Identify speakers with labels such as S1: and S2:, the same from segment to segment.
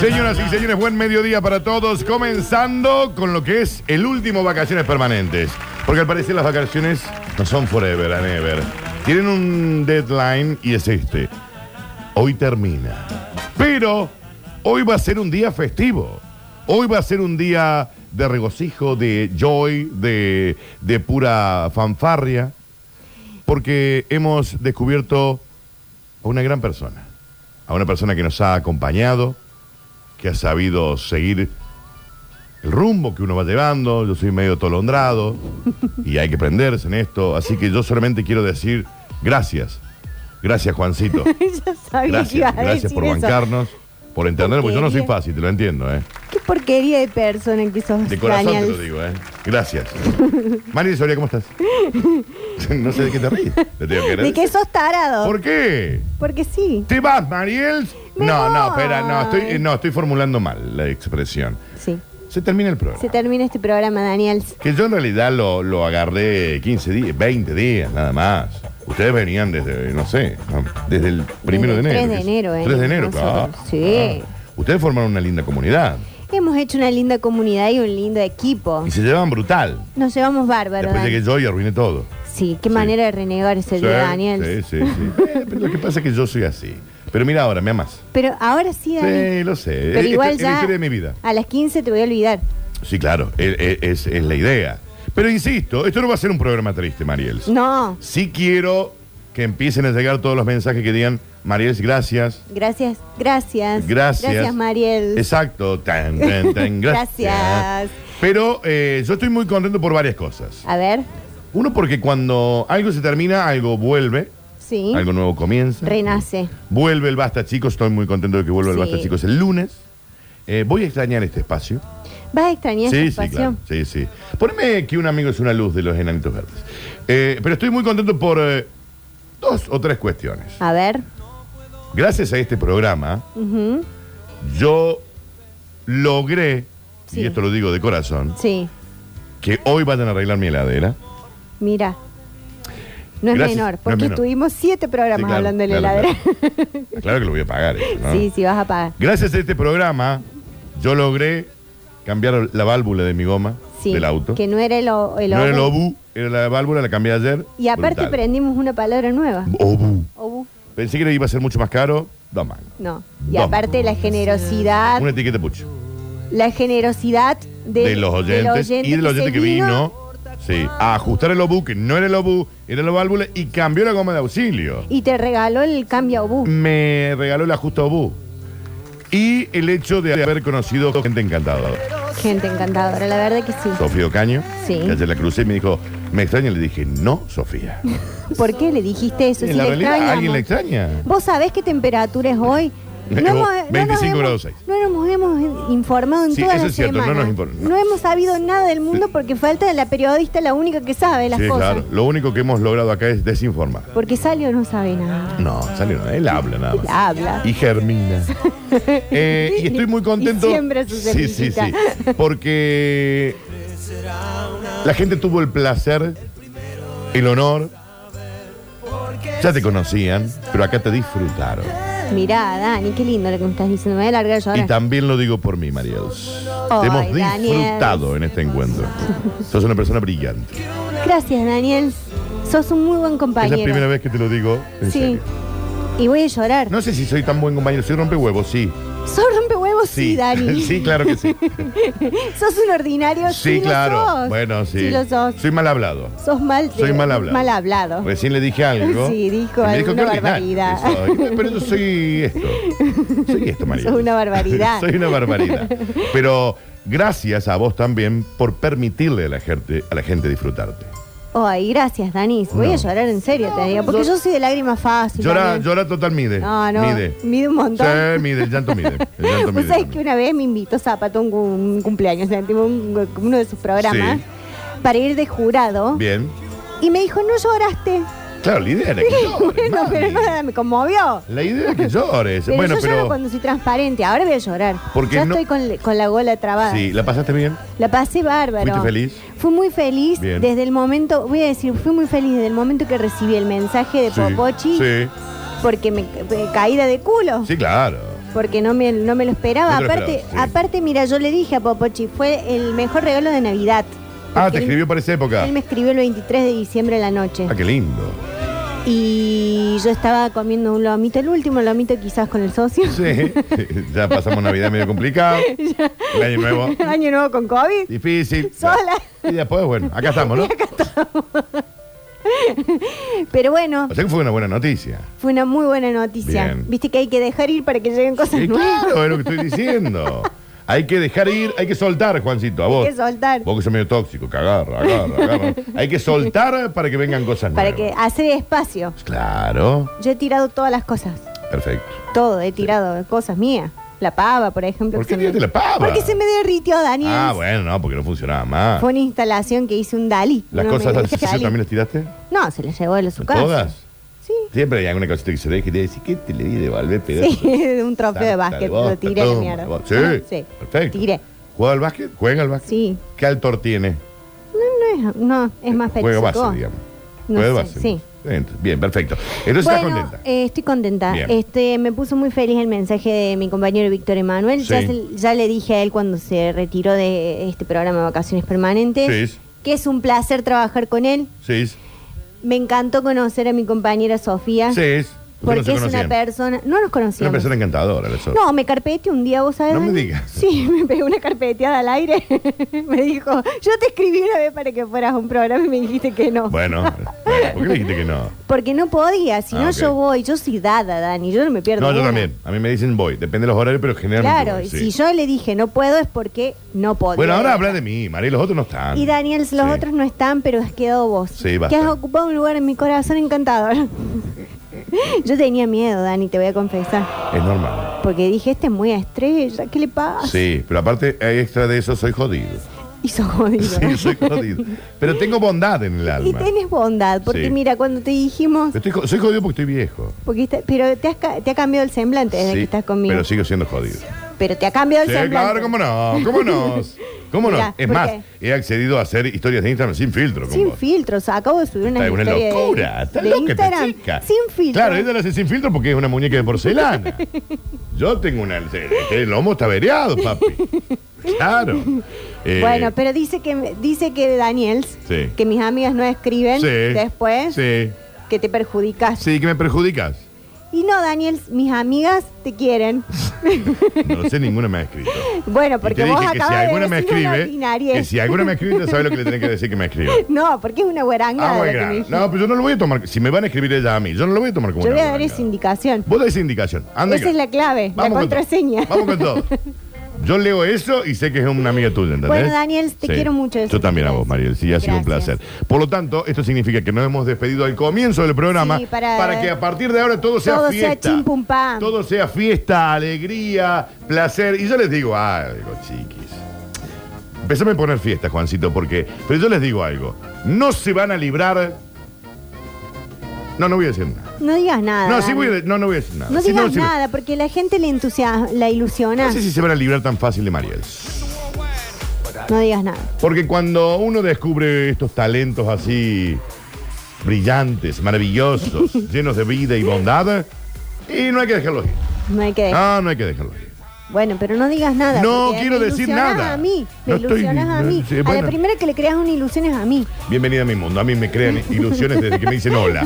S1: Señoras y señores, buen mediodía para todos. Comenzando con lo que es el último vacaciones permanentes. Porque al parecer las vacaciones no son forever and ever. Tienen un deadline y es este. Hoy termina. Pero hoy va a ser un día festivo. Hoy va a ser un día de regocijo, de joy, de, de pura fanfarria. Porque hemos descubierto a una gran persona. A una persona que nos ha acompañado, que ha sabido seguir el rumbo que uno va llevando. Yo soy medio tolondrado y hay que prenderse en esto. Así que yo solamente quiero decir gracias. Gracias, Juancito.
S2: ya sabía que iba
S1: Gracias,
S2: a
S1: gracias
S2: decir
S1: por
S2: eso.
S1: bancarnos, por entender, porque yo no soy fácil, te lo entiendo, ¿eh?
S2: Qué porquería de persona que sos,
S1: De corazón
S2: Daniel.
S1: te lo digo, ¿eh? Gracias. Mari Soria, ¿cómo estás? no sé de qué te ríes. Te tengo que
S2: De
S1: agradecer.
S2: que sos tarado.
S1: ¿Por qué?
S2: Porque sí.
S1: ¿Te vas, Mariel?
S2: Me
S1: No, no,
S2: voy.
S1: espera, no estoy, eh, no, estoy formulando mal la expresión.
S2: Sí.
S1: Se termina el programa.
S2: Se termina este programa, Daniel.
S1: Que yo en realidad lo, lo agarré 15 días, 20 días nada más. Ustedes venían desde, no sé, ¿no? desde el primero
S2: Desde
S1: de
S2: el
S1: enero.
S2: 3 de enero, ¿eh?
S1: 3 de enero,
S2: Nosotros,
S1: claro.
S2: sí.
S1: Ah. Ustedes formaron una linda comunidad
S2: Hemos hecho una linda comunidad y un lindo equipo.
S1: y se llevan brutal.
S2: Nos llevamos bárbaro,
S1: Después llegué
S2: Daniel.
S1: yo y arruiné todo.
S2: Sí, qué
S1: Sí.
S2: manera de renegar ese
S1: Sí,
S2: día, Daniel.
S1: Sí, sí, sí. Eh, pero lo que pasa es que yo soy así. Pero mira ahora, me amas.
S2: Pero ahora sí, Daniel.
S1: Sí, lo sé.
S2: Pero
S1: Eh,
S2: igual
S1: esta es
S2: ya
S1: la historia de mi vida.
S2: a las 15 te voy a olvidar.
S1: Sí, claro, eh, eh, es, es la idea. Pero insisto, esto no va a ser un programa triste, Mariel.
S2: No,
S1: Sí quiero que empiecen a llegar todos los mensajes que digan, Mariel, gracias.
S2: gracias, gracias.
S1: Gracias.
S2: Gracias, Mariel.
S1: Exacto. Tan, tan, tan, gracias.
S2: Gracias.
S1: Pero eh, yo estoy muy contento por varias cosas.
S2: A ver,
S1: Uno, porque cuando algo se termina, algo vuelve,
S2: sí.
S1: algo nuevo comienza.
S2: Renace.
S1: Vuelve el Basta Chicos, estoy muy contento de que vuelva el
S2: Sí.
S1: Basta Chicos el lunes. Eh, voy a extrañar este espacio.
S2: Vas a extrañar
S1: sí,
S2: esta
S1: sí, claro. Sí,
S2: pasión.
S1: sí. Poneme que un amigo es una luz de los enanitos verdes. Eh, pero estoy muy contento por eh, dos o tres cuestiones.
S2: A ver.
S1: Gracias a este programa,
S2: ujú,
S1: yo logré, y
S2: Sí.
S1: esto lo digo de corazón,
S2: Sí,
S1: que hoy vayan a arreglar mi heladera.
S2: mira. No es
S1: Gracias, no
S2: menor,
S1: es
S2: porque
S1: menor.
S2: tuvimos siete programas
S1: Sí, claro,
S2: hablando de la
S1: claro, Ah.
S2: heladera.
S1: Claro que lo voy a pagar. eso, ¿no?
S2: Sí, sí, vas a pagar.
S1: Gracias a este programa, yo logré cambiar la válvula de mi goma
S2: Sí,
S1: del auto.
S2: Que no era el, o- el
S1: no era el
S2: obu.
S1: obu, era la válvula, la cambié ayer.
S2: Y aparte
S1: Brutal.
S2: aprendimos una palabra nueva.
S1: Obu.
S2: Obu.
S1: Pensé que iba a ser mucho más caro. Dos mangos.
S2: No. Y
S1: Vamos.
S2: aparte la generosidad,
S1: Una etiqueta pucho.
S2: la generosidad Ah, de,
S1: De, los oyentes y del oyente
S2: se
S1: que vino, sí, a ajustar el obu, que no era el obu, era la válvula, y cambió la goma de auxilio.
S2: Y te regaló el cambio
S1: Mm.
S2: obu.
S1: Me regaló el ajuste obu. Y el hecho de haber conocido gente encantadora.
S2: Gente encantadora, la verdad que sí.
S1: Sofía Ocaño,
S2: Sí.
S1: que ayer la crucé y me dijo, me extraña, le dije, no, Sofía.
S2: ¿Por qué le dijiste eso?
S1: en
S2: Si
S1: la
S2: le
S1: realidad, ¿a alguien
S2: extrañamos.
S1: le extraña?
S2: ¿Vos sabés qué temperatura es hoy?
S1: Eh,
S2: hemos-
S1: vos, 25
S2: hemos,
S1: grados seis.
S2: No nos hemos informado en
S1: Sí,
S2: toda
S1: eso
S2: la
S1: es cierto, no
S2: semana.
S1: nos informó, no.
S2: hemos sabido nada del mundo porque falta la periodista la única que sabe las
S1: Sí,
S2: cosas.
S1: claro. Lo único que hemos logrado acá es desinformar.
S2: Porque Salio no sabe nada.
S1: No, salió, no, él habla nada más.
S2: Habla.
S1: Y germina. Eh, y estoy muy contento.
S2: Y siembra su
S1: sí, sí,
S2: semillita.
S1: sí. Porque la gente tuvo el placer, el honor. Ya te conocían, pero acá te disfrutaron.
S2: Mirá, Dani, qué lindo lo que me estás diciendo. Me voy a largar yo
S1: Y también lo digo por mí, Mariels. Te
S2: Ay,
S1: hemos
S2: Daniel.
S1: disfrutado en este encuentro. Sos una persona brillante.
S2: Gracias, Daniel. Sos un muy buen compañero.
S1: Es la primera vez que te lo digo. En
S2: Sí.
S1: serio.
S2: Y voy a llorar.
S1: No sé si soy tan buen compañero. Soy rompehuevos, sí.
S2: Sos rompehuevos, sí, Dani.
S1: sí, claro que sí.
S2: Sos un ordinario,
S1: Sí,
S2: lo
S1: claro.
S2: sos.
S1: Bueno, sí.
S2: Sí lo sos.
S1: Soy mal hablado.
S2: Sos mal, eh,
S1: Soy mal hablado.
S2: Mal hablado.
S1: Recién le dije algo.
S2: Sí, dijo
S1: y me
S2: alguna
S1: qué ordinario
S2: barbaridad.
S1: que soy. Pero yo soy esto. Soy esto, María.
S2: Sos una barbaridad.
S1: soy una barbaridad. Pero gracias a vos también por permitirle a la gente, a la gente disfrutarte.
S2: Ay, gracias, Danis. Voy
S1: No.
S2: a llorar en serio, te digo. Porque yo soy de lágrimas fácil.
S1: Llora,
S2: Daniel.
S1: llora total, mide.
S2: No, no.
S1: Mide.
S2: Mide un montón.
S1: Sí, mide, el llanto mide. El llanto
S2: Vos
S1: mide.
S2: sabés que
S1: también.
S2: una vez me invitó Zapato a un, cum- un cumpleaños, o sea, tipo un- uno de sus programas,
S1: Sí.
S2: para ir de jurado.
S1: Bien.
S2: Y me dijo, no lloraste.
S1: Claro, la idea era que llores,
S2: Bueno,
S1: mami.
S2: pero nada, me conmovió.
S1: La idea era que llores.
S2: Pero
S1: bueno,
S2: yo lloro
S1: pero.
S2: cuando soy transparente, ahora voy a llorar.
S1: Porque
S2: ya
S1: no-
S2: estoy con, le- con la gola trabada.
S1: Sí, ¿la pasaste bien?
S2: La pasé bárbaro.
S1: ¿Fuiste feliz?
S2: Fui muy feliz
S1: Bien.
S2: desde el momento, voy a decir, fui muy feliz desde el momento que recibí el mensaje de Popochi
S1: Sí.
S2: porque me, me- caída de culo.
S1: Sí, claro.
S2: porque no me, no me lo esperaba.
S1: No te lo
S2: aparte,
S1: esperabas, sí.
S2: aparte, mira, yo le dije a Popochi, fue el mejor regalo de Navidad.
S1: Ah,
S2: Porque
S1: te
S2: él-
S1: escribió para esa época.
S2: Él me escribió el 23 de diciembre a la noche.
S1: Ah, qué lindo.
S2: Y yo estaba comiendo un lomito, el último lomito quizás con el socio.
S1: Sí. ya pasamos Navidad medio complicado. El año nuevo.
S2: Año nuevo con COVID.
S1: Difícil.
S2: Sola.
S1: Y después, bueno, acá estamos, ¿no?
S2: Pero bueno,
S1: O sea que fue una buena noticia.
S2: fue una muy buena noticia.
S1: Bien.
S2: Viste que hay que dejar ir para que lleguen cosas
S1: Sí,
S2: nuevas.
S1: claro, es lo que estoy diciendo. Hay que dejar ir, hay que soltar, Juancito, a vos.
S2: Hay que soltar.
S1: Vos que sos medio tóxico, que agarra, agarra, agarra. Hay que soltar para que vengan cosas
S2: Para que
S1: nuevas.
S2: hacer espacio.
S1: Claro,
S2: Yo he tirado todas las cosas.
S1: perfecto.
S2: Todo, he tirado cosas mías. La pava, por ejemplo.
S1: ¿Por
S2: que
S1: qué
S2: se me-
S1: tiraste la pava?
S2: Porque se me derritió, Daniel.
S1: Ah, bueno, no, porque no funcionaba más.
S2: Fue una instalación que hice un Dalí.
S1: ¿Las
S2: No,
S1: cosas
S2: me-
S1: al
S2: Dalí.
S1: también las tiraste?
S2: No, se las llevó él a su casa.
S1: ¿Todas?
S2: Sí.
S1: Siempre hay alguna cosita que se deje y te dice, ¿qué te le di de Valve, pedazo?
S2: Sí, de un trofeo de básquet. lo tiré a la mierda.
S1: Sí,
S2: Ajá,
S1: sí, perfecto.
S2: Tiré.
S1: ¿Juega al básquet? ¿Juega al básquet?
S2: Sí.
S1: ¿Qué altor tiene?
S2: No, es, no, es más
S1: Juega
S2: feliz.
S1: base, digamos.
S2: No
S1: Juega
S2: sé,
S1: base.
S2: sí.
S1: Bien, Bien, perfecto. Entonces estás
S2: Bueno,
S1: contenta.
S2: eh, estoy contenta.
S1: Bien.
S2: Este, me puso muy feliz el mensaje de mi compañero Víctor Emanuel. Ya,
S1: Sí.
S2: se- ya le dije a él cuando se retiró de este programa de vacaciones permanentes
S1: Sí.
S2: que eh, es un placer trabajar con él.
S1: Sí.
S2: Me encantó conocer a mi compañera Sofía.
S1: Sí.
S2: Porque
S1: Ustedes no se
S2: es una
S1: conocían.
S2: persona. No nos
S1: Una
S2: conocíamos.
S1: persona encantadora, la Sofía.
S2: No, me carpeteó un día, vos sabés.
S1: No me
S2: Dani?
S1: digas.
S2: Sí, me pegó una carpeteada al aire. me dijo, yo te escribí una vez para que fueras a un programa y me dijiste que no.
S1: Bueno, bueno, ¿por qué le dijiste que no?
S2: Porque no podía, si
S1: Ah,
S2: no
S1: ok.
S2: yo voy, yo soy dada, Dani, yo no me pierdo.
S1: No, yo
S2: una.
S1: también. A mí me dicen voy. Depende de los horarios, pero generalmente
S2: Claro,
S1: voy,
S2: y
S1: sí.
S2: si yo le dije no puedo es porque no podía.
S1: Bueno, ahora habla de mí, María, los otros no están.
S2: Y Daniel, los
S1: Sí.
S2: otros no están, pero has quedado vos.
S1: Sí, basta.
S2: que has ocupado un lugar en mi corazón encantador. yo tenía miedo, Dani, te voy a confesar.
S1: Es normal.
S2: Porque dije, este es muy estrella, ¿qué le pasa?
S1: Sí, pero aparte, eh, extra de eso, soy jodido.
S2: Y sos jodido.
S1: Sí, soy jodido. Pero tengo bondad en el
S2: Y
S1: alma.
S2: tenés bondad, porque
S1: Sí.
S2: mira, cuando te dijimos,
S1: Estoy jo- soy jodido porque estoy viejo.
S2: porque está- pero te, has ca- te ha cambiado el semblante desde
S1: Sí,
S2: que estás conmigo.
S1: Pero
S2: Pero,
S1: sigo siendo jodido.
S2: te ha cambiado el
S1: Sí,
S2: semblante.
S1: claro, cómo no, cómo no. Cómo no.
S2: Mirá,
S1: es
S2: ¿por
S1: más,
S2: qué?
S1: he accedido a hacer historias de Instagram sin filtro. con
S2: Sin
S1: vos.
S2: filtros, acabo de subir una
S1: Está una
S2: historia de-
S1: locura. Está
S2: de
S1: loca esta
S2: Instagram.
S1: chica.
S2: Sin filtros.
S1: Claro, ella lo hace sin filtro porque es una muñeca de porcelana. Yo tengo una. El lomo está vereado, papi. Claro. Eh,
S2: Bueno, pero dice que dice que Daniels,
S1: Sí.
S2: que mis amigas no escriben
S1: sí,
S2: después
S1: Eh, Sí.
S2: que te perjudicas.
S1: Sí, que me perjudicas.
S2: Y no, Daniels, mis amigas te quieren.
S1: No sé, ninguna me ha escrito.
S2: Bueno,
S1: Y te
S2: porque
S1: dije
S2: vos
S1: que si
S2: acabas de
S1: alguna me
S2: decir una
S1: escribe,
S2: ordinariez.
S1: que si alguna me escribe, ya sabes lo que le tenés que decir que me escriba.
S2: No, porque es una
S1: Ah,
S2: guarangada. lo que
S1: bueno,
S2: me dijiste.
S1: No, pero yo no lo voy a tomar. Si me van a escribir ella a mí, yo no lo voy a tomar como
S2: Yo
S1: una
S2: voy a dar
S1: broma.
S2: esa indicación.
S1: Vos dais indicación. Anda
S2: Esa
S1: que-
S2: es la clave, la
S1: con todo.
S2: contraseña.
S1: Vamos con todo. Yo leo eso y sé que es una amiga tuya, ¿entendés?
S2: Bueno, Daniel, te quiero mucho, eso
S1: Yo también a
S2: te
S1: vos,
S2: agradezco.
S1: Mariel. Sí, ha sido un
S2: Gracias.
S1: placer. Por lo tanto, esto significa que nos hemos despedido al comienzo del programa
S2: Sí, para-
S1: que a partir de ahora todo sea
S2: Todo sea
S1: fiesta.
S2: chin, pum, pam.
S1: Todo sea fiesta, alegría, placer. Y yo les digo algo, chiquis. Empezame a poner fiesta, Juancito, porque... Pero yo les digo algo. No se van a librar... No, no voy a decir nada.
S2: No digas nada.
S1: No, sí voy a...
S2: Dani.
S1: de- No, no voy a decir nada.
S2: No
S1: Sí,
S2: digas
S1: sí voy-
S2: nada, porque la gente le entusiasma, la ilusiona.
S1: No sé si se van a librar tan fácil de Mariel.
S2: No digas nada.
S1: Porque cuando uno descubre estos talentos así brillantes, maravillosos, llenos de vida y bondad, y no hay que dejarlos ir.
S2: No hay que dejar.
S1: No, no hay que dejarlos ir.
S2: Bueno, pero no digas nada.
S1: Ah. No
S2: porque
S1: quiero
S2: me
S1: decir
S2: ilusionás
S1: nada.
S2: a mí. Me
S1: No estoy-
S2: ilusionas a
S1: no,
S2: mí.
S1: sí,
S2: A
S1: bueno.
S2: la primera que le creas una ilusión es a mí.
S1: Bienvenida a mi mundo. A mí me crean ilusiones desde que me dicen hola.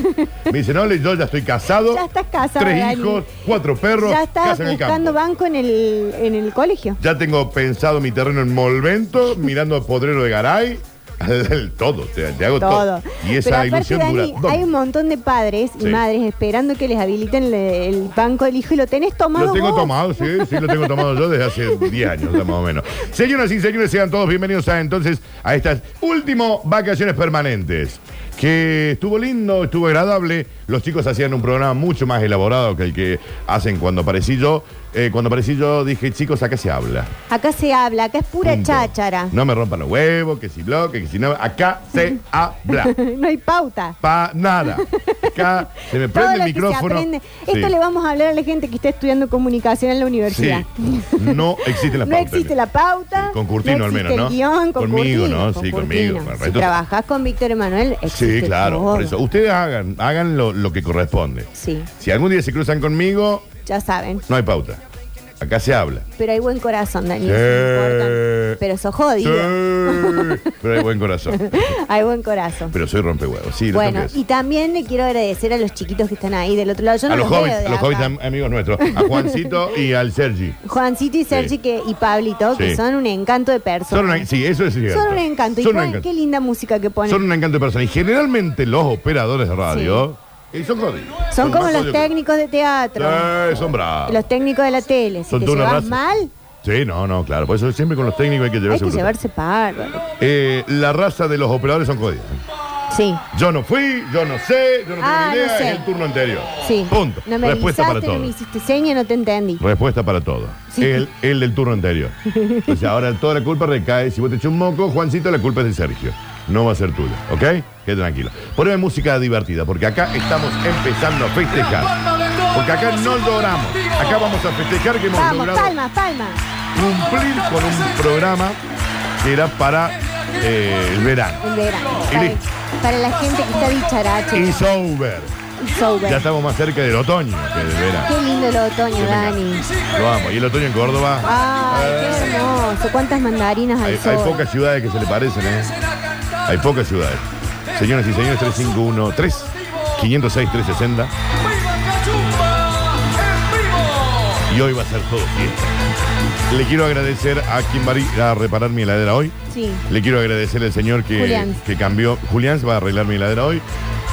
S1: Me dicen hola y yo ya estoy casado.
S2: Ya estás casado,
S1: Tres
S2: Dani.
S1: hijos, cuatro perros.
S2: ya estás
S1: casa en el
S2: buscando
S1: campo.
S2: banco en el, en el colegio.
S1: Ya tengo pensado mi terreno en Molvento, mirando a Podrero de Garay. El todo, te, te hago todo.
S2: Todo.
S1: Y esa
S2: Pero aparte,
S1: ilusión dura.
S2: Dani,
S1: ¿Dónde?
S2: hay un montón de padres y
S1: Sí.
S2: madres esperando que les habiliten el, el banco del hijo y lo tenés tomado.
S1: Lo tengo
S2: vos.
S1: tomado, sí, sí, lo tengo tomado yo desde hace 10 años, más o menos. Señoras y señores, sean todos bienvenidos a entonces a estas últimas vacaciones permanentes. Que estuvo lindo, estuvo agradable. Los chicos hacían un programa mucho más elaborado que el que hacen cuando aparecí yo. Eh, cuando aparecí yo dije, chicos, acá se habla.
S2: Acá se habla, acá es pura
S1: Punto.
S2: cháchara. No.
S1: No me rompan los huevos, que si bloque, que si no. Acá se habla.
S2: hay pauta.
S1: Pa nada. Acá se me
S2: Todo
S1: prende
S2: lo
S1: el
S2: que se
S1: micrófono.
S2: aprende. Esto
S1: Sí.
S2: le vamos a hablar a la gente que está estudiando comunicación en la
S1: Sí,
S2: universidad.
S1: no existe la
S2: No
S1: pauta.
S2: existe la pauta.
S1: Sí, con Curtino
S2: no
S1: al
S2: existe
S1: menos, ¿no?
S2: El guión, con
S1: Conmigo,
S2: Curtino,
S1: ¿no?
S2: con
S1: Sí,
S2: Curtino.
S1: conmigo,
S2: Si
S1: correcto.
S2: trabajás con Víctor Emanuel,
S1: Sí,
S2: existe
S1: claro,
S2: todo.
S1: por eso. Ustedes hagan, hagan lo, lo que corresponde.
S2: Sí,
S1: Si algún día se cruzan conmigo,
S2: ya saben.
S1: no hay pauta. Acá se habla.
S2: Pero hay buen corazón, Daniel.
S1: Sí.
S2: eso es importante. Pero sos jodido.
S1: Sí, pero hay buen corazón.
S2: Hay buen corazón.
S1: Pero soy rompehuevos. Sí, lo
S2: Bueno,
S1: tengo que decir.
S2: y también le quiero agradecer a los chiquitos que están ahí del otro lado. Yo no
S1: a los
S2: veo
S1: jóvenes,
S2: de
S1: a los
S2: acá.
S1: jóvenes am- amigos nuestros, a Juancito y al Sergi.
S2: Juancito y Sergi
S1: Sí.
S2: que, y Pablito, que
S1: Sí.
S2: son un encanto de personas.
S1: Son una- sí, eso es cierto.
S2: Son un encanto.
S1: Son
S2: y
S1: un
S2: ponen-
S1: encanto.
S2: qué linda música que ponen.
S1: Son un encanto de personas. Y generalmente los operadores de radio eh, son jodidos.
S2: Son como
S1: más
S2: los
S1: jodidos que-
S2: técnicos de teatro.
S1: Sí, son bravos.
S2: Los técnicos de la tele. Si
S1: Son
S2: te
S1: toda una
S2: llevas
S1: raza.
S2: mal,
S1: Sí, no, no, claro. Por eso siempre con los técnicos hay que
S2: hay
S1: llevarse.
S2: que
S1: brutal.
S2: llevarse bárbaro.
S1: Eh, la raza de los operadores son jodidos.
S2: Sí.
S1: Yo no fui, yo no sé, yo no tengo
S2: Ah,
S1: idea,
S2: no sé.
S1: es el turno anterior.
S2: Sí.
S1: Punto.
S2: No me
S1: Respuesta para
S2: avisaste, no
S1: todo.
S2: me hiciste seña, no te entendí.
S1: Respuesta para todo.
S2: Sí.
S1: El, el del turno anterior. O sea, ahora toda la culpa recae. Si vos te echas un moco, Juancito, la culpa es de Sergio. No va a ser tuya, ¿ok? Quédate tranquilo. Poneme música divertida, porque acá estamos empezando a festejar. Porque acá no lloramos. Acá vamos a festejar que hemos
S2: Vamos,
S1: logrado
S2: palmas, palmas.
S1: cumplir con un programa que era para eh, el verano.
S2: El verano.
S1: Y
S2: Para,
S1: listo.
S2: para la gente que está dicharache.
S1: It's over.
S2: y sober.
S1: Ya estamos más cerca del otoño que del verano.
S2: Qué lindo el otoño, Dani. Ah,
S1: Lo amo. Y el otoño en Córdoba.
S2: Ay, qué hermoso. ¿Cuántas mandarinas
S1: Eh. Hay,
S2: al
S1: hay
S2: sol?
S1: pocas ciudades que se le parecen, ¿eh? Hay pocas ciudades. Señoras y señores, 351 3 506 360 y hoy va a ser todo fiesta. Le quiero agradecer a quien va a reparar mi heladera hoy.
S2: Sí.
S1: Le quiero agradecer al señor que,
S2: Julián.
S1: que cambió. Julián se va a arreglar mi heladera hoy.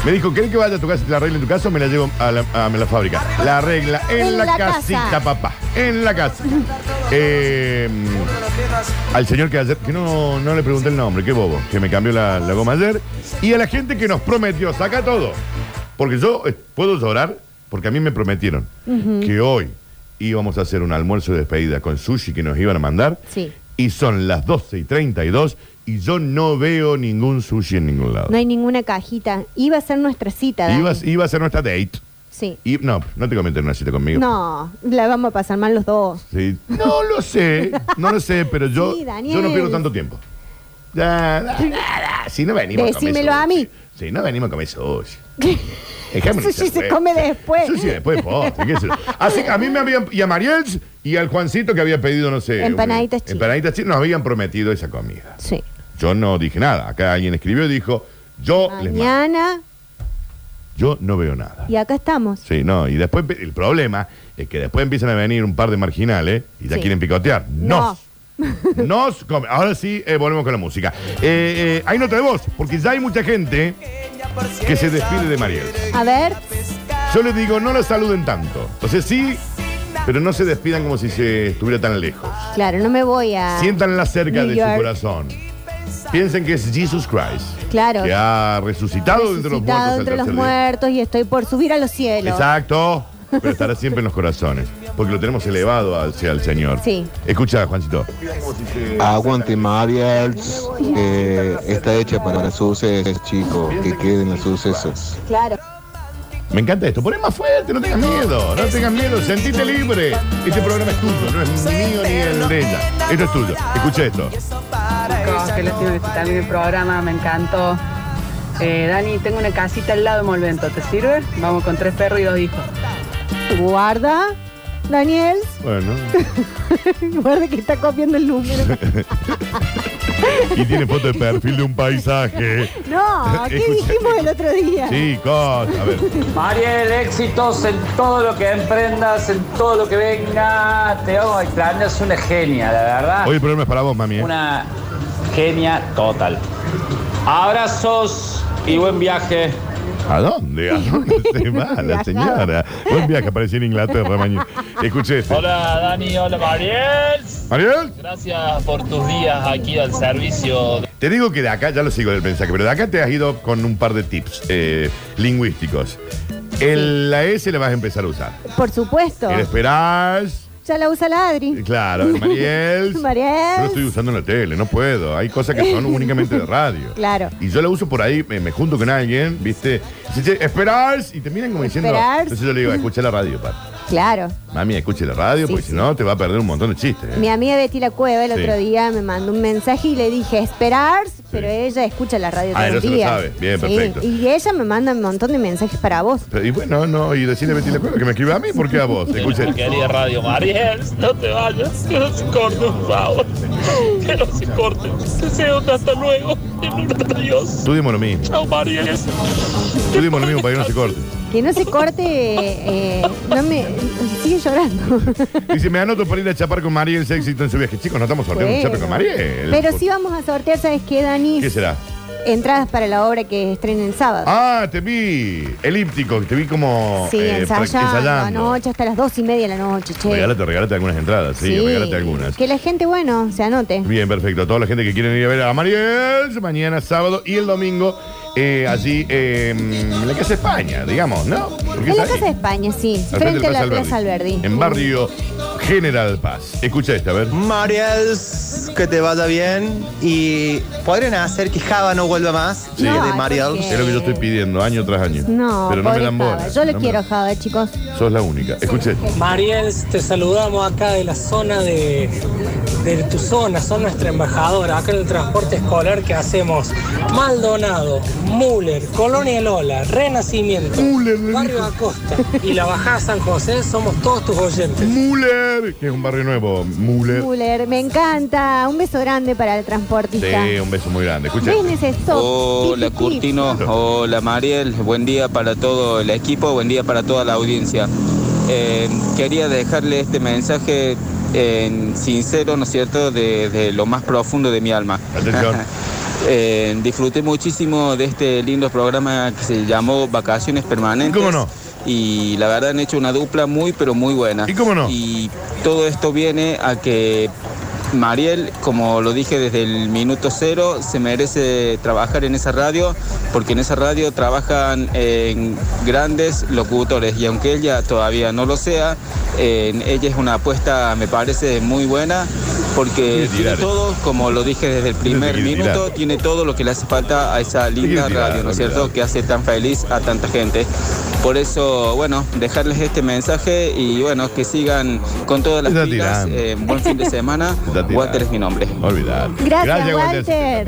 S1: Me dijo, ¿querés que vaya a tu casa y te la arregle en tu casa o me la llevo a la, a la fábrica? La arregla en,
S2: En
S1: la,
S2: la casa.
S1: casita, papá. En la casa. Eh, al señor que ayer, que no, no le pregunté el nombre, qué bobo, que me cambió la, la goma ayer. Y a la gente que nos prometió, saca todo. Porque yo eh, puedo llorar, porque a mí me prometieron que hoy íbamos a hacer un almuerzo de despedida con sushi que nos iban a mandar.
S2: Sí.
S1: Y son las 12 y 32 y yo no veo ningún sushi en ningún lado.
S2: No hay ninguna cajita. Iba a ser nuestra cita, Dani.
S1: iba, a- iba a ser nuestra date.
S2: Sí.
S1: Y, no, no te comenten una cita conmigo.
S2: No, la vamos a pasar mal los dos.
S1: Sí. No lo sé, no lo sé, pero yo,
S2: Sí, Daniel.
S1: yo no pierdo tanto tiempo. Ya, da, da, da, Si no venimos
S2: Decímelo
S1: a
S2: a
S1: comer
S2: mí.
S1: sushi. Si no venimos a comer sushi. Déjame
S2: Sushi
S1: una
S2: se
S1: cerveza.
S2: come después.
S1: Sushi después, postre, qué sé yo. Así que a mí me habían, y a Mariels y al Juancito que había pedido, no sé. un-
S2: Empanaditas chinas.
S1: Empanaditas chinas, nos habían prometido esa comida.
S2: Sí.
S1: Yo no dije nada. Acá alguien escribió y dijo, yo les mando.
S2: Mañana
S1: Yo no veo nada.
S2: y acá estamos.
S1: Sí, no, y después el problema es que después empiezan a venir un par de marginales y ya
S2: Sí.
S1: quieren picotear. Nos. Nos come. Ahora sí, eh, volvemos con la música. Eh, eh, hay nota de voz, porque ya hay mucha gente que se despide de Mariel.
S2: A ver,
S1: Yo les digo, no la saluden tanto. O sea, sí, pero no se despidan como si se estuviera tan lejos.
S2: claro, no me voy a.
S1: Siéntanla cerca
S2: New
S1: de su
S2: York.
S1: corazón. Piensen que es Jesus Christ.
S2: Claro.
S1: Que ha resucitado, entre los muertos.
S2: Resucitado
S1: al
S2: entre los
S1: tercer día.
S2: muertos y estoy por subir a los cielos.
S1: Exacto. Pero estará siempre en los corazones. Porque lo tenemos elevado hacia el Señor.
S2: Sí.
S1: Escucha, Juancito.
S3: Ah, Aguante Mariel, que está hecha para sucesos, chicos, que queden los sucesos.
S2: Claro.
S1: Me encanta esto. Poné más fuerte, no tengas miedo. No tengas miedo, sentite libre. Este programa es tuyo, no es ni mío ni el de ella. Esto es tuyo. Escucha esto.
S4: Chicos, Felicito también el programa, me encantó. Eh, Dani, tengo una casita al lado de Molvento, ¿te sirve? Vamos con tres perros y dos hijos.
S2: Guarda, Daniel.
S1: Bueno.
S2: Guarda que está copiando el número.
S1: Y tiene foto de perfil de un paisaje.
S2: No, ¿qué
S1: Escucha,
S2: dijimos el otro día?
S1: Chicos, a ver.
S5: Mariel, éxitos en todo lo que emprendas, en todo lo que venga. Te vamos a extrañar, es una genia, la verdad.
S1: Hoy el programa es para vos, mami. ¿eh?
S5: Una genia total. Abrazos y buen viaje.
S1: ¿A dónde? ¿A dónde se va la señora? Buen viaje, apareció en Inglaterra mañana. Escuché esto.
S6: Hola Dani, hola Mariel.
S1: Mariel.
S6: Gracias por tus días aquí al servicio. de-
S1: Te digo que de acá, ya lo sigo del mensaje, pero de acá te has ido con un par de tips eh, lingüísticos. El, la S la vas a empezar a usar.
S2: Por supuesto.
S1: El esperás,
S2: Ya la usa la
S1: eh,
S2: Adri.
S1: claro, el Mariel.
S2: Mariel.
S1: Yo lo estoy usando en la tele, no puedo. Hay cosas que son únicamente de radio.
S2: Claro.
S1: Y yo la uso por ahí, me, me junto con alguien, ¿viste? Dice, "Che, esperás, y te miran como diciendo.
S2: Esperás.
S1: Entonces yo le digo, escuché la radio, pa.
S2: Claro.
S1: Mami, escuche la radio,
S2: Sí,
S1: porque
S2: sí.
S1: si no te va a perder un montón de chistes. ¿eh?
S2: Mi amiga Betty La Cueva el
S1: Sí.
S2: otro día me mandó un mensaje y le dije esperar, pero ella escucha la radio
S1: Ah,
S2: todo el
S1: ella se lo
S2: día.
S1: sabe. Bien, perfecto.
S2: Y ella me manda un montón de mensajes para vos.
S1: Pero, y bueno, no, y decirle a Betty la Cueva que me escriba a mí, porque a vos. Escuche.
S6: Mi querida Radio Mariel, no te vayas, que no se corte, por favor. Que no se corte. Que sea un hasta luego. En un adiós.
S1: Estudiemos lo mismo.
S6: Chao, Mariel.
S1: Estudiemos lo mismo para que no se corte.
S2: Que no se corte, eh, no me sigue llorando.
S1: Dice, me anoto para ir a chapar con Mariel se éxito en su viaje. Chicos, no estamos sorteando un chape
S2: Bueno.
S1: con Mariel.
S2: Pero sí vamos a sortear, ¿sabes qué, Dani?
S1: ¿Qué será?
S2: Entradas para la obra que estrena el sábado.
S1: Ah, te vi. Elíptico, te vi como
S2: sí,
S1: eh, pra-
S2: ensayando anoche hasta las dos y media de la noche, che.
S1: Regálate, regálate algunas entradas, sí,
S2: Sí.
S1: regálate algunas.
S2: Que la gente, bueno, se anote.
S1: Bien, perfecto. A toda la gente que quieren ir a ver a Mariel, mañana, sábado y el domingo, eh, allí eh, en la Casa España, digamos, ¿no? Porque
S2: En
S1: es
S2: la
S1: ahí,
S2: Casa de España, sí.
S1: al
S2: Frente, a la Plaza Alberdi.
S1: En barrio General Paz. Escucha esta, a ver.
S7: Mariel, que te vaya bien. Y podrían hacer que Java no vuelva más.
S1: Sí.
S7: de
S2: es
S7: Mariel.
S2: porque-
S1: Es lo que yo estoy pidiendo año tras año.
S2: Eh, No,
S1: Pero no me
S2: pobre
S1: dan
S2: Java.
S1: bola.
S2: Yo lo
S1: No me-
S2: quiero, Java, chicos.
S1: Sos la única. Escucha esto.
S8: Mariel, te saludamos acá de la zona de, de tu zona, son nuestra embajadora, acá en el transporte escolar que hacemos Maldonado, Müller, Colonia Lola, Renacimiento,
S1: Müller, le
S8: Barrio
S1: dijo.
S8: Acosta y la Bajada San José, somos todos tus oyentes.
S1: Müller, que es un barrio nuevo. Müller.
S2: Müller, me encanta. Un beso grande para el transportista.
S1: Sí, un beso muy grande. Escucha.
S2: Business Stop. Pi, pi,
S9: Hola
S2: pi.
S9: Curtino, hola Mariel, buen día para todo el equipo, buen día para toda la audiencia. Eh, quería dejarle este mensaje eh, sincero, ¿no es cierto?, desde lo más profundo de mi alma.
S1: Atención.
S9: Eh, disfruté muchísimo de este lindo programa que se llamó Vacaciones Permanentes.
S1: ¿Cómo no?
S9: Y la verdad han hecho una dupla muy, pero muy buena.
S1: ¿Y cómo no?
S9: Y todo esto viene a que Mariel, como lo dije desde el minuto cero, se merece trabajar en esa radio, porque en esa radio trabajan eh, en grandes locutores. Y aunque ella todavía no lo sea, en ella es una apuesta, me parece, muy buena, porque
S1: Quiere
S9: tiene
S1: tirar.
S9: todo, como lo dije desde el primer
S1: Quiere tirar.
S9: minuto, tiene todo lo que le hace falta a esa
S1: Quiere
S9: linda
S1: tirar,
S9: radio, ¿no es
S1: olvidado.
S9: cierto? Que hace tan feliz a tanta gente. Por eso, bueno, dejarles este mensaje y bueno, que sigan con todas las
S1: Está
S9: pilas.
S1: tirando.
S9: eh, buen fin de semana.
S1: Está tirando.
S9: Walter es mi nombre.
S1: Olvidar.
S2: Gracias, Walter.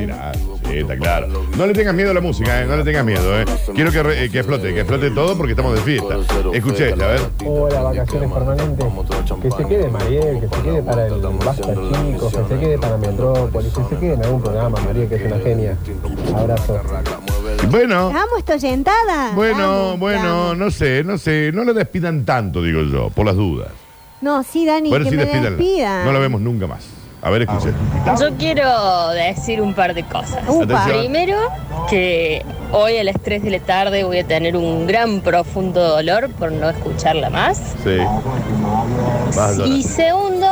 S1: Sí, está claro. No le tengas miedo a la música, ¿eh? no le tengas miedo. ¿eh? Quiero que, re- eh, que explote, que explote todo porque estamos de fiesta. Escuché, a ver.
S8: Hola, vacaciones permanentes. Que se quede Mariel, que se quede para el Basta Chicos, que se quede para Metrópolis, que se quede en algún programa, Mariel, que es una genia. Abrazo.
S1: Bueno,
S2: Amo esta oyentada. La
S1: bueno,
S2: amo, la
S1: bueno,
S2: amo.
S1: no sé, no sé. No la despidan tanto, digo yo, por las dudas.
S2: No, sí, Dani,
S1: Bueno,
S2: que
S1: sí,
S2: me
S1: despídanla.
S2: despidan.
S1: No la vemos nunca más. A ver, escuché.
S10: Yo quiero decir un par de cosas.
S2: Upa.
S1: Atención.
S10: Primero, que hoy a las 3 de la tarde voy a tener un gran profundo dolor por no escucharla más.
S1: Sí. Vas a llorar.
S10: Y segundo,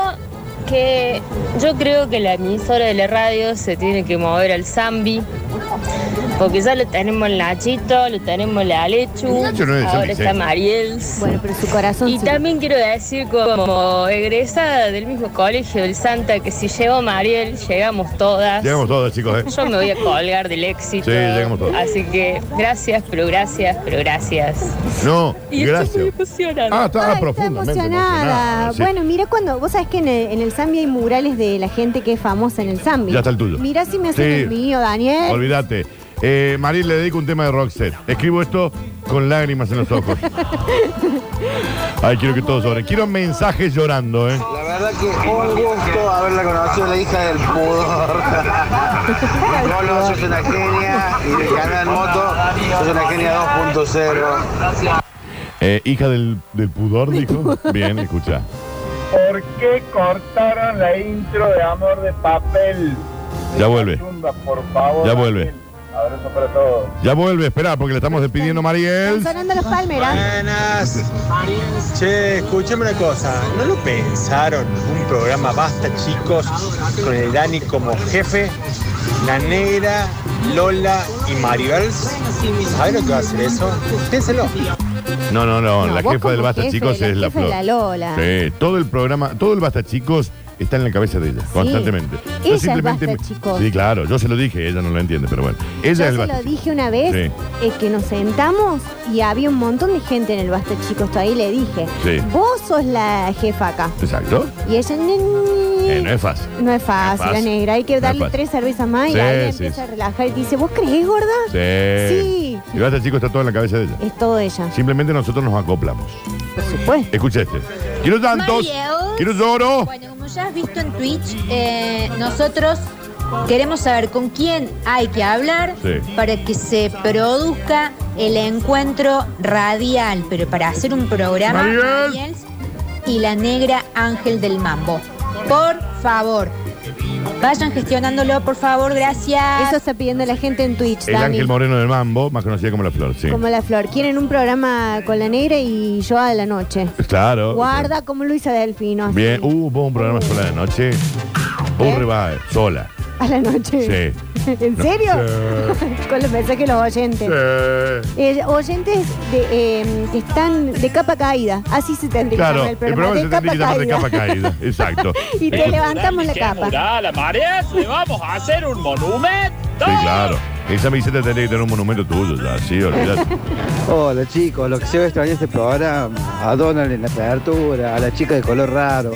S10: que yo creo que la emisora de la radio se tiene que mover al Zambi. Porque ya lo tenemos el Nachito, lo tenemos la Alechu,
S1: Nacho no es el Zambi,
S10: ahora está
S1: sí.
S10: Mariels.
S2: Bueno, pero su corazón.
S10: Y
S2: su-
S10: también quiero decir, como egresada del mismo colegio del Santa, que si llevo a Mariel, llegamos todas.
S1: Llegamos todos, chicos. ¿eh?
S10: Yo me voy a colgar del éxito.
S1: Sí, llegamos todos.
S10: Así que gracias, pero gracias, pero gracias.
S1: No,
S10: Y estoy muy
S1: gracias.
S10: emocionada.
S1: Ah,
S2: Ay,
S1: estaba
S2: está
S1: profundamente
S2: emocionada.
S1: emocionada, sí.
S2: Bueno, mira cuando. Vos sabés que en el, en el Zambi hay murales de la gente que es famosa en el Zambi.
S1: Ya está el tuyo.
S2: Mira si me hacen
S1: Sí.
S2: el mío, Daniel.
S1: Olvídate. Eh, Mariel le dedico un tema de Roxette. Escribo esto con lágrimas en los ojos. Ay, quiero que todos lloren. Quiero mensajes llorando, ¿eh?
S7: La verdad que un gusto haberla conocido, la hija del pudor. Lolo, sos una genia. Y de canal moto, sos una genia 2.0.
S1: Eh, hija del, del pudor, dijo. Bien, escucha.
S8: ¿Por qué cortaron la intro de Amor de Papel?
S1: Ya vuelve.
S8: Por favor.
S1: Ya vuelve.
S8: Abrazo para todos.
S1: Ya vuelve, espera, porque le estamos despidiendo a
S2: Están
S1: Mariel.
S2: sonando los palmeras.
S7: Buenas. Che, escúchame una cosa. ¿No lo pensaron? Un programa basta, chicos, con el Dani como jefe, la negra, Lola y Maribel. ¿Sabes lo que va a hacer eso? Piénselo.
S1: No, no, no.
S2: No,
S1: la
S2: vos
S1: jefa
S2: como
S1: del Basta
S2: jefe,
S1: Chicos
S2: la
S1: es la
S2: jefa
S1: flor.
S2: es la Lola.
S1: Sí, todo el programa, todo el Basta Chicos está en la cabeza de ella, constantemente.
S2: Ella es Basta, chicos.
S1: Sí, claro, yo se lo dije, ella no lo entiende, pero bueno. Ella
S2: Yo
S1: es el
S2: se
S1: Basta,
S2: lo
S1: Chicos.
S2: dije una vez eh, que nos sentamos y había un montón de gente en el Basta Chicos. Todavía y le dije,
S1: Sí.
S2: vos sos la jefa acá.
S1: Exacto.
S2: Y ella, "Ni, ni".
S1: Eh, no es fácil.
S2: No es fácil,
S1: No es
S2: la
S1: fácil.
S2: negra. Hay
S1: No
S2: que
S1: es
S2: darle
S1: fácil.
S2: tres cervezas más y
S1: Sí,
S2: ahí
S1: sí,
S2: empieza
S1: sí.
S2: a relajar y dice, ¿vos crees, gorda?
S1: Sí.
S2: Sí.
S1: Y Basta, chicos, está todo en la cabeza de ella.
S2: Es todo ella.
S1: Simplemente nosotros nos acoplamos.
S2: Por supuesto.
S1: Escucha este. Quiero tantos.
S11: Mario.
S1: Quiero lloro.
S11: Bueno, como ya has visto en Twitch, eh, nosotros queremos saber con quién hay que hablar
S1: Sí.
S11: para que se produzca el encuentro radial, pero para hacer un programa
S1: Mariel.
S11: Mariels y la negra Ángel del Mambo. Por favor. Vayan gestionándolo, por favor, gracias.
S2: Eso está pidiendo la gente en Twitch,
S1: El
S2: Dani.
S1: Ángel Moreno del Mambo, más conocida como La Flor, sí.
S2: Como la flor. Quieren un programa con la negra y yo a la noche.
S1: Claro.
S2: Guarda como Luisa Delfino. así,
S1: Oh, Bien. Uh, hubo un programa sola de noche. Hubo
S2: ¿Eh?
S1: Un revive, sola.
S2: A la noche.
S1: Sí.
S2: ¿En
S1: No.
S2: serio? con los mensajes de los oyentes.
S1: Sí.
S2: Eh, oyentes de, eh, que están de capa caída. Así se tendría que
S1: Claro,
S2: llamar
S1: el
S2: el programa.
S1: programa se
S2: de,
S1: tendría que
S2: capa
S1: llamar de capa caída. Exacto.
S2: Y te
S1: Escucha.
S2: levantamos la capa.
S6: Mural, a Mariel, le vamos a hacer un monumento.
S1: Sí, claro. Esa miseta tendría que tener un monumento tuyo, ya, sí, olvídate.
S12: Hola chicos, lo que se va a extrañar este programa, a Donald en la apertura, a la chica de color raro.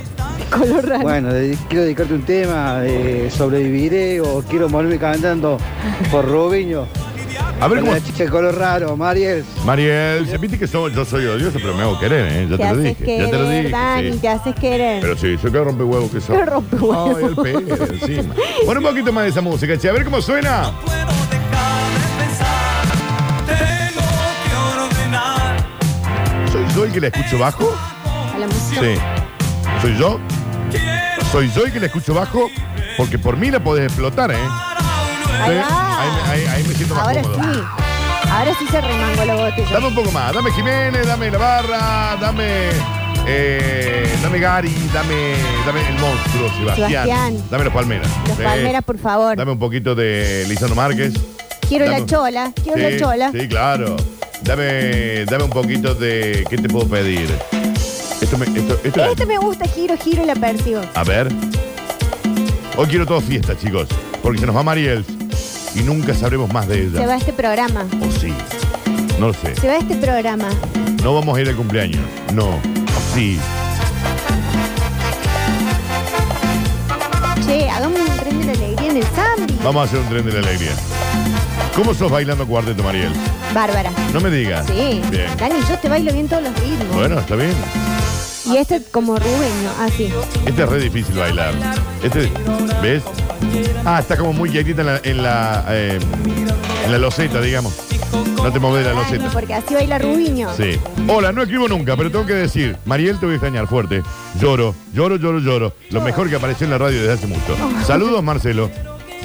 S2: color raro.
S12: Bueno, de- quiero dedicarte un tema, eh, sobreviviré o quiero morirme cantando por Rubiño.
S1: A ver
S12: Con
S1: cómo-
S12: La chica de color raro, Mariel.
S1: Mariel, se viste que soy- yo soy odioso, pero me hago querer, ¿eh? Ya te,
S2: te,
S1: lo
S2: haces
S1: dije.
S2: querer,
S1: ya te lo dije.
S2: Dani,
S1: sí.
S2: te haces querer.
S1: Pero sí, yo que rompe huevo que soy.
S2: Yo rompehuevo.
S1: Ay, el pelo encima. Pon un poquito más de esa música, che. A ver cómo suena. ¿Soy yo el que la escucho bajo?
S2: A la música.
S1: Sí. ¿Soy yo? ¿Soy yo el que la escucho bajo? Porque por mí la podés explotar, ¿eh?
S2: Ahí
S1: Sí.
S2: va.
S1: Ahí, me- ahí- ahí me siento más
S2: Ahora
S1: cómodo.
S2: sí. Ahora sí se remangó la botella.
S1: Dame un poco más. Dame Jiménez, dame la barra, dame. eh, dame Gary, dame, dame el monstruo, Sebastián.
S2: Sebastián.
S1: Dame los palmeras.
S2: Los
S1: Sí.
S2: palmeras, por favor.
S1: Dame un poquito de Lisandro Márquez.
S2: Quiero
S1: dame
S2: la
S1: un-
S2: chola, quiero
S1: Sí,
S2: la chola.
S1: Sí, claro. Dame, dame un poquito de. ¿Qué te puedo pedir? Esto me. Esto, esto-
S2: Este me gusta, giro, giro y la persigo.
S1: A ver. Hoy quiero todo fiesta, chicos. Porque se nos va Mariel. Y nunca sabremos más de
S2: Se va
S1: ella.
S2: este programa.
S1: O sí. No lo sé.
S2: Se va este programa.
S1: No vamos a ir al cumpleaños. No. Sí.
S2: Che, hagamos un tren de la alegría en el Zambi.
S1: Vamos a hacer un tren de la alegría. ¿Cómo sos bailando cuarteto, Mariel?
S2: Bárbara.
S1: No me digas.
S2: Sí.
S1: Bien.
S2: Dani, yo te bailo bien todos los ritmos.
S1: Bueno, está bien.
S2: Y este como Rubén, ¿no? así.
S1: Este es re difícil bailar. Este, ¿ves? Ah, está como muy quietita en la, en la, eh, en la loseta, digamos. No te mueves de la
S2: Dani,
S1: loseta.
S2: porque así baila Rubiño.
S1: Sí. Hola, no escribo nunca, pero tengo que decir, Mariel te voy a extrañar fuerte. Lloro, lloro, lloro, lloro. Lo mejor que apareció en la radio desde hace mucho. Saludos, Marcelo.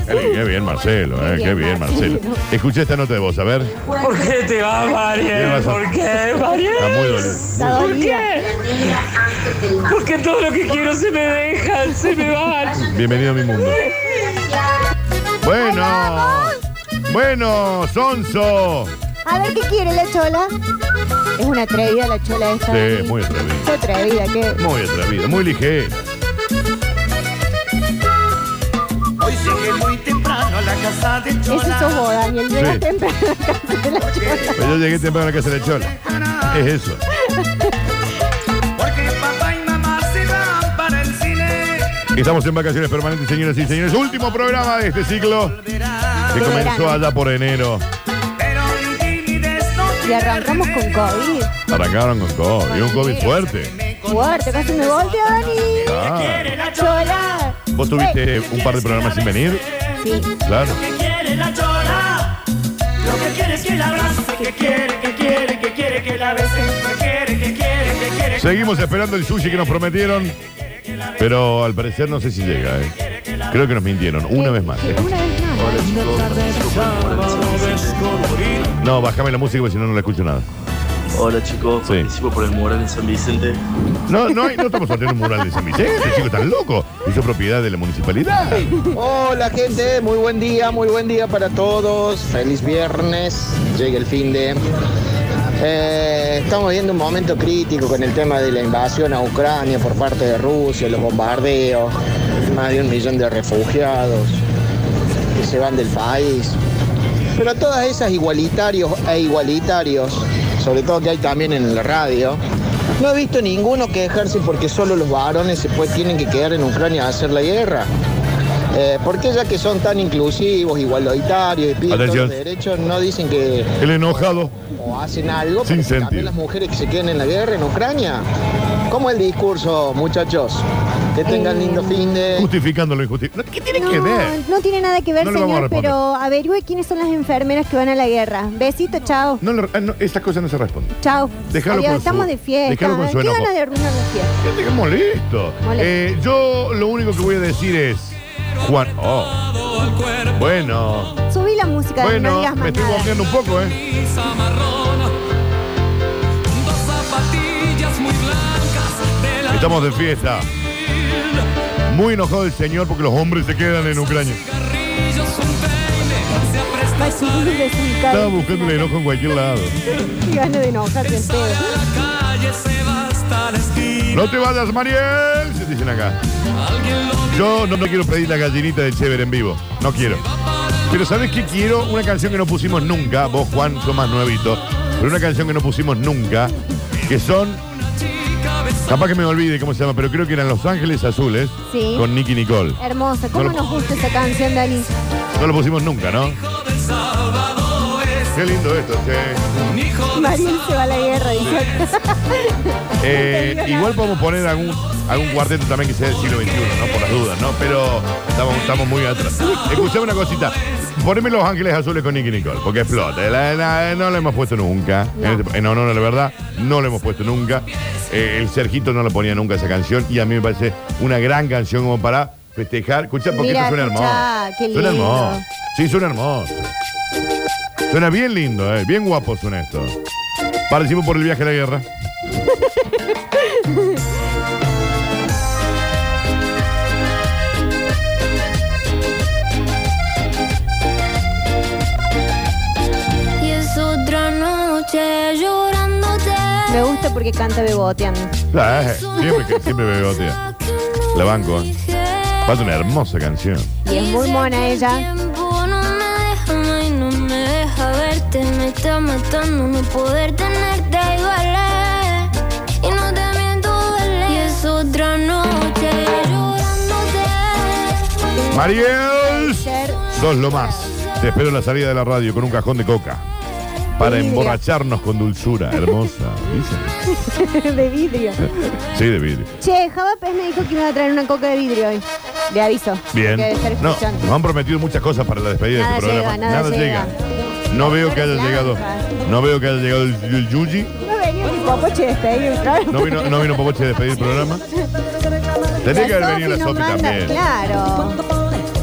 S1: Eh, qué bien, Marcelo, eh, qué bien, Marcelo. Escuché esta nota de voz, a ver.
S6: ¿Por qué te va,
S1: Tiene
S6: Mariel?
S1: razón.
S6: ¿Por qué,
S1: Está muy
S6: Mariel?
S1: dolido.
S2: Está
S6: ¿Por
S2: dolida.
S6: qué? Porque todo lo que quiero se me deja, se me va.
S1: Bienvenido a mi mundo. Bueno. Bueno, Sonso.
S2: A ver qué quiere la chola. Es una atrevida la chola esta.
S1: Sí,
S2: Dani.
S1: muy atrevida.
S2: Qué atrevida, qué.
S1: Muy atrevida, muy ligera.
S13: Hoy llegué muy temprano a la casa de
S2: Ese sos vos, Daniel. Llegas
S1: Sí.
S2: temprano a la casa de la chola.
S1: Pero Pues yo llegué temprano a la casa de la Chola. Es eso.
S13: Porque papá y mamá se van para el cine.
S1: Estamos en vacaciones permanentes, señoras y señores. Último programa de este ciclo que comenzó allá por enero.
S2: Y arrancamos con COVID.
S1: Arrancaron con COVID, un COVID fuerte.
S2: Fuerte, casi me volteo, Dani.
S1: Ah.
S2: La chola.
S1: Vos tuviste un par de programas sin venir,
S2: Sí.
S1: claro.
S13: Que quiere la chola. Lo que quiere es que la abrace. Que quiere, que quiere, que quiere que la bese. Que quiere, que quiere, que quiere.
S1: Seguimos esperando el sushi que nos prometieron, pero al parecer no sé si llega. eh. Creo que nos mintieron, una vez más. eh.
S2: Una vez más.
S1: No, bájame la música porque si no, no la escucho nada.
S14: Hola chicos, participo por el mural en San Vicente.
S1: No, no, hay- no estamos sorteando un mural de San Vicente, chico, tan loco. Hizo propiedad de la municipalidad.
S15: Hola gente, muy buen día, muy buen día para todos. Feliz viernes, llega el fin de. Eh, Estamos viendo un momento crítico con el tema de la invasión a Ucrania por parte de Rusia, los bombardeos, más de un millón de refugiados que se van del país. Pero a todas esas igualitarios e igualitarios, sobre todo que hay también en la radio, no he visto ninguno que ejerce porque solo los varones se puede- tienen que quedar en Ucrania a hacer la guerra. Eh, ¿Por qué ya que son tan inclusivos, igualitarios y piden todos
S1: Atención.
S15: los derechos, no dicen que
S1: El enojado.
S15: o hacen algo
S1: Sin
S15: para que también
S1: sentido.
S15: las mujeres que se queden en la guerra en Ucrania? ¿Cómo el discurso, muchachos? Que tengan lindo
S7: Eh,
S15: fin de...
S1: Justificando lo injustificable. ¿Qué tiene
S2: No,
S1: que ver?
S2: no tiene nada que ver,
S1: No le vamos a
S2: señor,
S1: responder.
S2: pero averigüe quiénes son las enfermeras que van a la guerra. Besito, chao.
S1: No, le- ah, no, estas cosas no se responden.
S2: Chao.
S1: Déjalo
S2: Adiós,
S1: con su-
S2: estamos de fiesta.
S1: déjalo con su
S2: ¿Qué
S1: enojo.
S2: ganas de arruinar la fiesta?
S1: Gente que es molesto.
S2: Molesto.
S1: Eh, yo lo único que voy a decir es. Juan. Oh. Bueno.
S2: Subí la música de no
S1: Bueno,
S2: digas
S1: me
S2: más
S1: estoy
S2: nada.
S1: bombeando un poco, ¿eh?
S13: Zapatillas muy blancas de la
S1: Estamos de fiesta. Muy enojado el señor porque los hombres se quedan en Ucrania.
S13: brillos, un peine se apresta
S2: Ay, sí, desubicado.
S1: Estaba buscando el enojo en cualquier lado.
S2: Qué ganas de enojarse el pedo.
S13: calle, se va hasta la esquina.
S1: No te vayas, Mariel, se dicen acá.
S13: Alguien lo
S1: Yo no, no quiero pedir la gallinita de Chévere en vivo. No quiero. Pero ¿sabes qué quiero? Una canción que no pusimos nunca. Vos, Juan, sos más nuevito. Pero una canción que no pusimos nunca. Que son. Capaz que me olvide cómo se llama, pero creo que eran Los Ángeles Azules.
S2: Sí.
S1: Con Nicky Nicole.
S2: Hermosa, ¿cómo
S1: No lo-
S2: nos gusta esa canción, Dani?
S1: No lo pusimos nunca, ¿no?
S13: del sábado es
S1: Qué lindo esto, che.
S13: un hijo de
S2: Mariel se va a la guerra, dice.
S1: Eh, igual podemos poner algún, algún cuarteto también que sea del siglo XXI, ¿no? Por las dudas, ¿no? Pero estamos, estamos muy atrás. Escuchame una cosita. Poneme Los Ángeles Azules con Nicky Nicole, porque explota. La- la- no lo hemos puesto nunca. En este- En honor a la verdad, no lo hemos puesto nunca. Eh, el Sergito no lo ponía nunca esa canción y a mí me parece una gran canción como para festejar. Escucha, porque
S2: Mira,
S1: esto suena
S2: escuchá,
S1: hermoso.
S2: qué
S1: Suena
S2: lindo.
S1: hermoso. Sí, suena hermoso. Suena bien lindo, eh. bien guapo suena esto. Parecimos por el viaje a la guerra.
S16: Y es otra noche llorándote.
S2: Me gusta porque canta beboteando.
S1: La, eh, siempre, que- siempre bebo, tía. La banco. eh. Pasa una hermosa canción.
S2: Y es muy mona ella.
S16: Tiempo no me deja más y no me deja verte. Me está matando no poder tenerte y duele. Y no te miento, duele. Y es otra noche llorándote.
S1: Mariel, sos lo más. Te espero en la salida de la radio con un cajón de coca. Para
S2: Vidrio.
S1: emborracharnos con dulzura, hermosa. Dicen.
S2: de vidrio.
S1: Sí, de vidrio.
S2: Che, Java Pez me dijo que iba a traer una coca de vidrio hoy. Le aviso.
S1: Bien.
S2: Que debe estar
S1: No,
S2: escuchando.
S1: nos han prometido muchas cosas para la despedida de
S2: Nada
S1: este programa.
S2: llega, nada llega.
S1: No veo que haya
S2: Blancas.
S1: llegado. No veo que haya llegado el, el Yuji.
S2: No venía ni Popoche de pedir un trago.
S1: No vino, no vino Popoche a despedir el programa. Tenía
S2: La
S1: que haber venido la
S2: Sofi nos
S1: Sofi
S2: manda-
S1: también.
S2: Claro.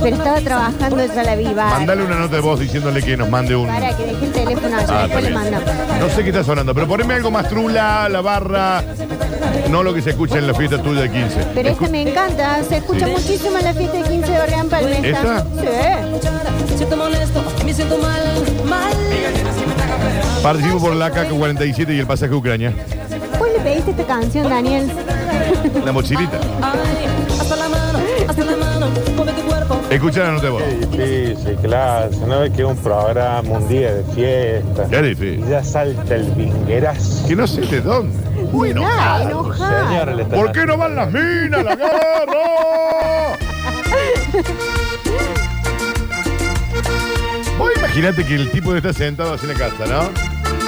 S2: Pero estaba trabajando, ya la viva.
S1: Mandale una nota de voz diciéndole que nos mande un.
S2: Para que deje el teléfono allá,
S1: Ah,
S2: después le
S1: está bien.
S2: mandamos.
S1: No sé qué está sonando, pero poneme algo más trula, la barra. No lo que se escucha en la fiesta tuya de 15.
S2: Pero esta me encanta, se escucha
S1: Sí.
S2: muchísimo en la fiesta de 15 de Orleán Palmesta.
S1: ¿Esta?
S2: Sí. Siento molesto, me siento mal, mal.
S1: Participo Eh, por la KK47 y el pasaje a Ucrania.
S2: ¿Cuál le pediste esta canción, Daniel?
S1: La mochilita.
S2: Ah.
S13: hasta la mano, hasta la mano, mueve tu cuerpo.
S1: Escucha la nota de voz.
S7: difícil, claro. Se no ve que es un programa, un día de fiesta.
S1: Qué difícil.
S7: Y ya salta el vinguerazo.
S1: Que no sé de dónde. Muy
S2: Nada,
S1: enojado.
S2: enojado.
S7: Señores, le están
S1: ¿Por qué no van las minas, la guerra? Vos imaginate que el tipo está sentado así en la casa, ¿no?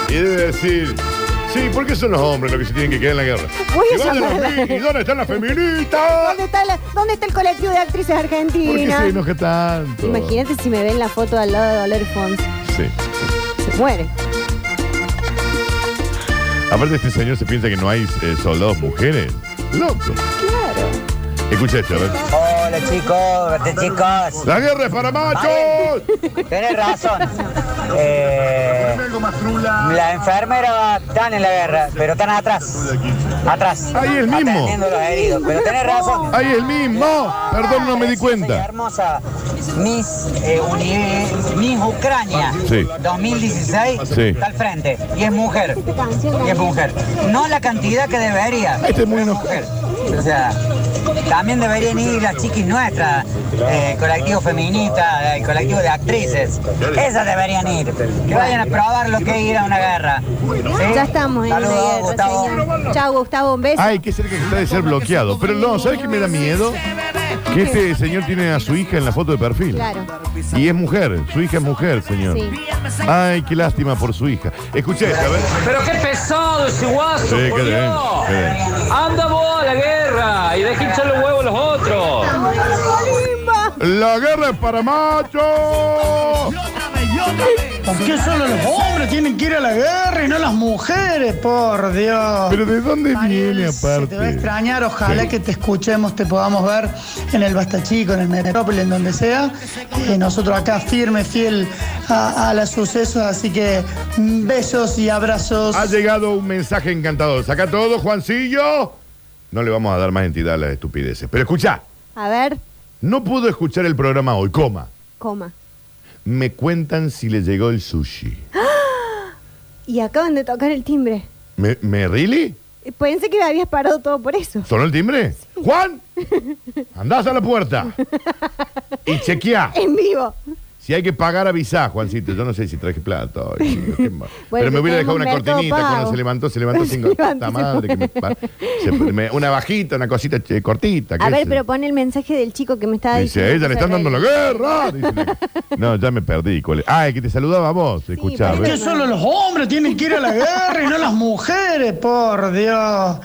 S1: Y debe decir, sí, ¿por qué son los hombres los que se tienen que quedar en la guerra?
S2: Voy a
S1: Que vayan
S2: llamar a
S1: las
S2: la-
S1: minas, ¿Dónde están las feministas?
S2: ¿Dónde está, la- ¿Dónde está el colectivo de actrices
S1: ¿Por qué
S2: argentinas?
S1: se enoja tanto?
S2: Imagínate si me ven la foto al lado de Dolores Fons.
S1: Sí.
S2: Se muere.
S1: Aparte este señor se piensa que no hay eh, soldados mujeres. Loco.
S2: Claro.
S1: Escucha esto, a ver.
S17: Hola chicos, eh, chicos.
S1: ¡La guerra es para machos!
S17: Tienes razón. Eh, las enfermeras están en la guerra, pero están atrás. Atrás.
S1: Ahí el mismo.
S17: Atendiendo los heridos, pero tenés razón.
S1: Ahí el mismo. Perdón, no me di cuenta.
S17: Hermosa Miss, eh, Uni- Miss Ucrania
S1: Sí.
S17: 2016
S1: Sí.
S17: está al frente y es
S2: Oh,
S17: mujer. Y es mujer. No la cantidad que debería.
S1: Este es muy
S17: mujer. O sea, también deberían ir las chiquis nuestras, eh, el colectivo feminista, el colectivo de actrices. Esas deberían ir. Que vayan a probar lo que es ir a una guerra. ¿Sí?
S1: ¿Eh?
S2: Ya estamos en una
S17: Saludos,
S2: guerra,
S17: Gustavo.
S2: señor. Chau, Gustavo, un beso.
S1: Ay, qué cerca que está de ser bloqueado. Pero no, ¿sabes qué me da miedo? Que este señor tiene a su hija en la foto de perfil.
S2: Claro.
S1: Y es mujer, su hija es mujer, señor.
S2: Sí.
S1: Ay, qué lástima por su hija. Escuché esta, a ver.
S5: Pero qué pesado ese guaso,
S1: Sí,
S5: por
S1: qué bien,
S5: Dios.
S1: qué bien.
S5: Anda vos a la guerra y deja hinchar los huevos a los otros.
S1: La guerra es para machos.
S18: ¿Por qué solo los hombres tienen que ir a la guerra y no las mujeres? Por Dios.
S1: Pero ¿de dónde viene
S18: Se te va a
S1: aparte?
S18: extrañar, ojalá
S1: Sí.
S18: que te escuchemos, te podamos ver en el Basta Chico, en el Metrópoli, en donde sea. Eh, nosotros acá firme, fiel a, a los sucesos, así que mm, besos y abrazos.
S1: Ha llegado un mensaje encantador. Saca todo, Juancillo. No le vamos a dar más entidad a las estupideces. Pero escucha,
S2: A ver,
S1: no pudo escuchar el programa hoy, coma.
S2: coma.
S1: Me cuentan si le llegó el sushi.
S2: Y acaban de tocar el timbre. Eh,
S1: ¿Me, me really?
S2: Pensé que habías parado todo por eso.
S1: ¿Sonó el timbre? ¡Juan! Andás a la puerta. Y chequeá.
S2: En vivo.
S1: Si hay que pagar, avisá, Juancito. Yo no sé si traje plata hoy, chico, qué mal.
S2: Bueno,
S1: Pero me hubiera
S2: tenemos
S1: dejado una
S2: Mercado
S1: cortinita.
S2: Pago.
S1: Cuando se levantó, se levantó
S2: Se
S1: cinco. Puta
S2: levantó, se
S1: madre, que me pa- se- me- una bajita, una cosita che, cortita. qué
S2: A ver,
S1: sé
S2: pero pon el mensaje del chico que me estaba diciendo.
S1: Dice, ella le están dando la guerra. Dice la- no, ya me perdí. ¿cuál es? Ah, el que te saludaba a vos, escuchá.
S18: ¿Por
S1: ¿ves?
S18: qué solo los hombres tienen que ir a la guerra y no las mujeres? Por Dios.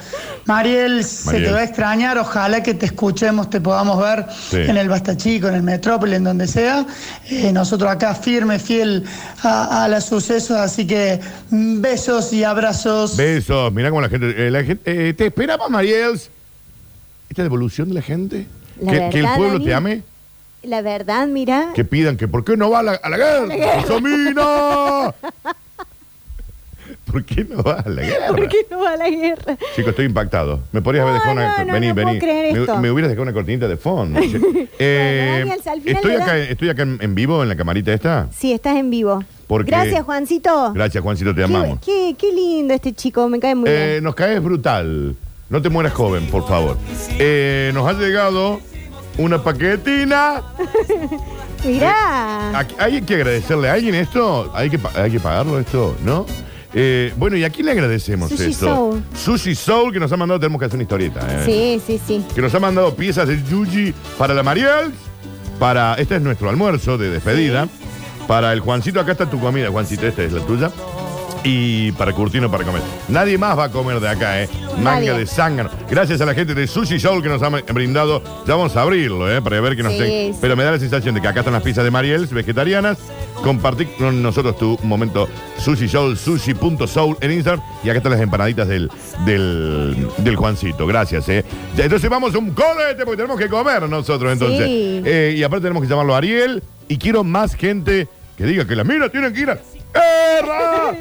S18: Mariel, se te
S1: Mariel.
S18: va a extrañar, ojalá que te escuchemos, te podamos ver
S1: Sí.
S18: en el Basta Chico, en el Metrópoli, en donde sea. Eh, nosotros acá firme, fiel a, a los sucesos, así que mm, besos y abrazos.
S1: Besos, mirá cómo la gente. eh, la gente eh, ¿Te esperaba, Mariels? ¿Esta devolución de la gente?
S2: La
S1: ¿Que,
S2: verdad,
S1: que el pueblo
S2: Dani.
S1: te ame?
S2: La verdad, mira.
S1: Que pidan que ¿por qué no va a la, a la guerra?
S2: A la guerra.
S1: ¡Somina! ¿Por qué no va a la guerra?
S2: ¿Por qué no va a la guerra?
S1: Chico, estoy impactado. Me podrías haber dejado una.
S2: no, no,
S1: vení,
S2: no puedo
S1: vení.
S2: creer
S1: me,
S2: esto.
S1: me hubieras dejado una cortinita de fondo. Eh,
S2: Bueno, Daniel, al final
S1: estoy,
S2: le da-
S1: acá, estoy acá en, en vivo, en la camarita esta.
S2: Sí, estás en vivo.
S1: Porque-
S2: Gracias, Juancito.
S1: Gracias, Juancito, te
S2: Qué-
S1: amamos.
S2: Qué, qué lindo este chico, me cae muy
S1: Eh, nos caes brutal. No te mueras joven, por favor. Eh, nos ha llegado una paquetina.
S2: bien. Mirá.
S1: Aquí- ¿Hay que agradecerle a alguien esto? ¿Hay que, pa- hay que pagarlo esto? ¿No? Eh, bueno, ¿y a quién le agradecemos
S2: Sushi
S1: esto?
S2: Soul.
S1: Sushi Soul, que nos ha mandado, tenemos que hacer una historieta. eh.
S2: Sí, sí, sí.
S1: Que nos ha mandado piezas de Yuji para la Mariel, para. Este es nuestro almuerzo de despedida. Para el Juancito, acá está tu comida, Juancito, esta es la tuya. Y para Curtino para comer. Nadie más va a comer de acá, ¿eh? Manga
S2: Nadie.
S1: de zángano. Gracias a la gente de Sushi Soul que nos han brindado. Ya vamos a abrirlo, ¿eh? Para ver que nos
S2: Sí,
S1: den-
S2: sí.
S1: Pero me da la sensación de que acá están las pizzas de Mariel, vegetarianas. Compartí con nosotros tu momento Sushi Soul, sushi.soul en Instagram. Y acá están las empanaditas del, del, del Juancito. Gracias, ¿eh? Ya, Entonces vamos a un colete porque tenemos que comer nosotros, entonces.
S2: Sí.
S1: Eh, y aparte tenemos que llamarlo a Ariel. Y quiero más gente que diga que la mira tienen que ir a... ¡Erra!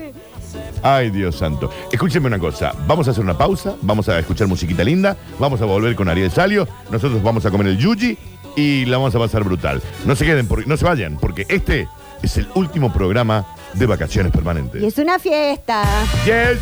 S1: Ay, Dios santo. Escúchenme una cosa. Vamos a hacer una pausa, vamos a escuchar musiquita linda, vamos a volver con Ariel Salio, nosotros vamos a comer el yuji y la vamos a pasar brutal. No se queden, por- no se vayan, porque este es el último programa de vacaciones permanentes.
S2: Y es una fiesta.
S1: Yes.